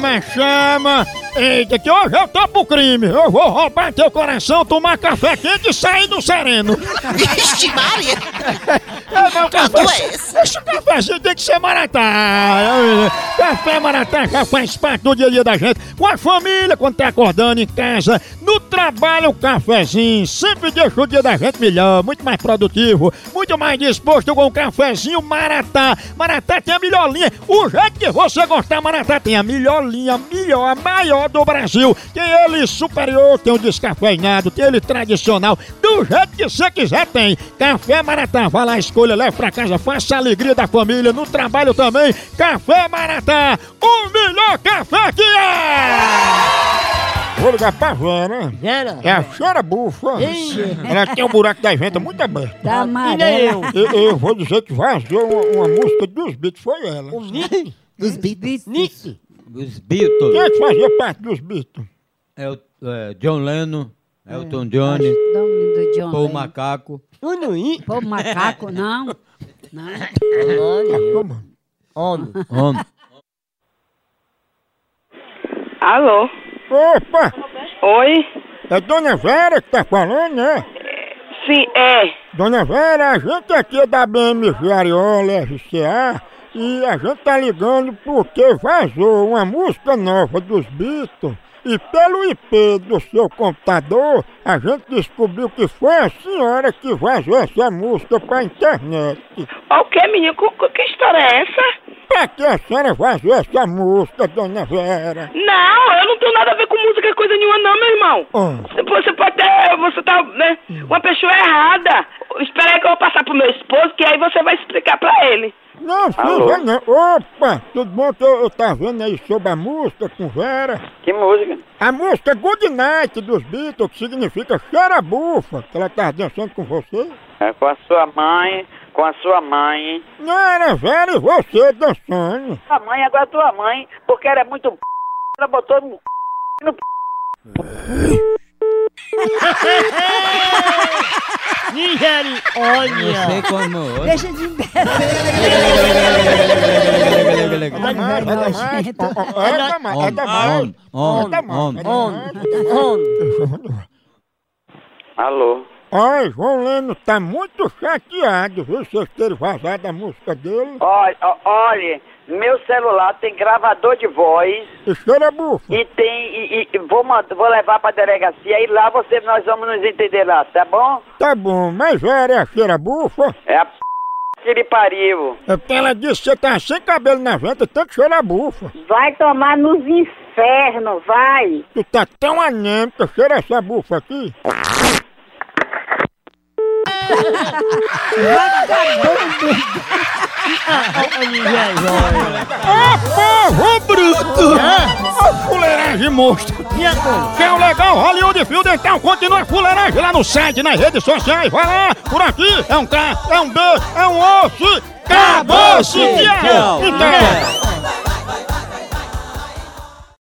mas chama! Eita, que hoje eu tô pro crime! Eu vou roubar teu coração, tomar café quente e sair do sereno! Vixe, Maria! É, mas o Quanto café- é esse? Esse cafezinho tem que ser maratá! Café maratá já faz parte do dia a dia da gente, com a família, quando tá acordando em casa, no trabalho, o cafezinho sempre deixa o dia da gente melhor, muito mais produtivo, muito mais disposto com o cafezinho maratá! Maratá tem a melhor linha, o jeito que você gostar, maratá né, tem a melhor linha, a melhor, a maior do Brasil! Tem ele superior, tem o descafeinado, tem ele tradicional, do jeito que você quiser tem. Café Maratá, vá lá, escolha, leve pra casa, faça a alegria da família, no trabalho também. Café Maratá, o melhor café que é! Vou ligar pra Vera. Vera, É a cheira bufa. Ela tem um buraco da venta muito aberto. Tá amarelo. Eu, eu vou dizer que vazou uma, uma música dos Beatles, foi ela. o Nick, Dos Beatles. Nick, Quem Os é Beatles. que fazia parte dos Beatles? É o, é, John Lennon, É. Elton Johnny, Nome do John Paul Lennon. Macaco. Unuí, Pô, macaco, não. Não. Toma. homem. Homem. Alô? Opa! Oi? É Dona Vera que tá falando, né? Sim, é. Dona Vera, a gente aqui é da BMG Ariola RCA e a gente tá ligando porque vazou uma música nova dos Beatles e pelo IP do seu computador a gente descobriu que foi a senhora que vazou essa música pra internet. O que, menino? Co- co- Que história é essa? Pra que a senhora vazou essa música, Dona Vera? Não, eu não tenho nada a ver com música, coisa nenhuma, não, meu irmão. Ah. Você pode ter. Você tá. Né, uma pessoa errada. Espera aí que eu vou passar pro meu esposo, que aí você vai explicar pra ele. Não, Alô? filha, não. Opa, tudo bom que eu, eu tava vendo aí sobre a música com Vera? Que música? A música é Good Night dos Beatles, que significa cheira bufa, que ela tá dançando com você. É com a sua mãe, com a sua mãe. Não era Vera e você dançando. Sua mãe, agora tua mãe, porque era muito. p****, Ela botou no. Nigeri, Não sei olha. como. Deixa de É mais, é da mais, é da mais, Tá é da mais. Homem, homem, homem, Homem, homem. Alô? Ai, João Leno tá muito chateado, viu, vocês terem vazado a música dele. Olha, olha, meu celular tem gravador de voz. E cheira bufa. E tem, e, e- vou, mand- vou levar pra delegacia e lá você, nós vamos nos entender lá, tá bom? Tá bom, mas Vera é a cheira bufa. É a p... que lhe pariu. É porque ela disse que você tá sem cabelo na venta, tanto cheira bufa. Vai tomar nos infernos, vai! Tu tá tão anêmica, cheira essa bufa aqui. Ô, porro bruto! É, ô fuleiragem monstro! E agora? Que é o legal Hollywood Field, então continua a fuleiragem lá no site, nas redes sociais, vai lá, por aqui, é um K, é um B, é um osso, acabou-se, Tchau. Então,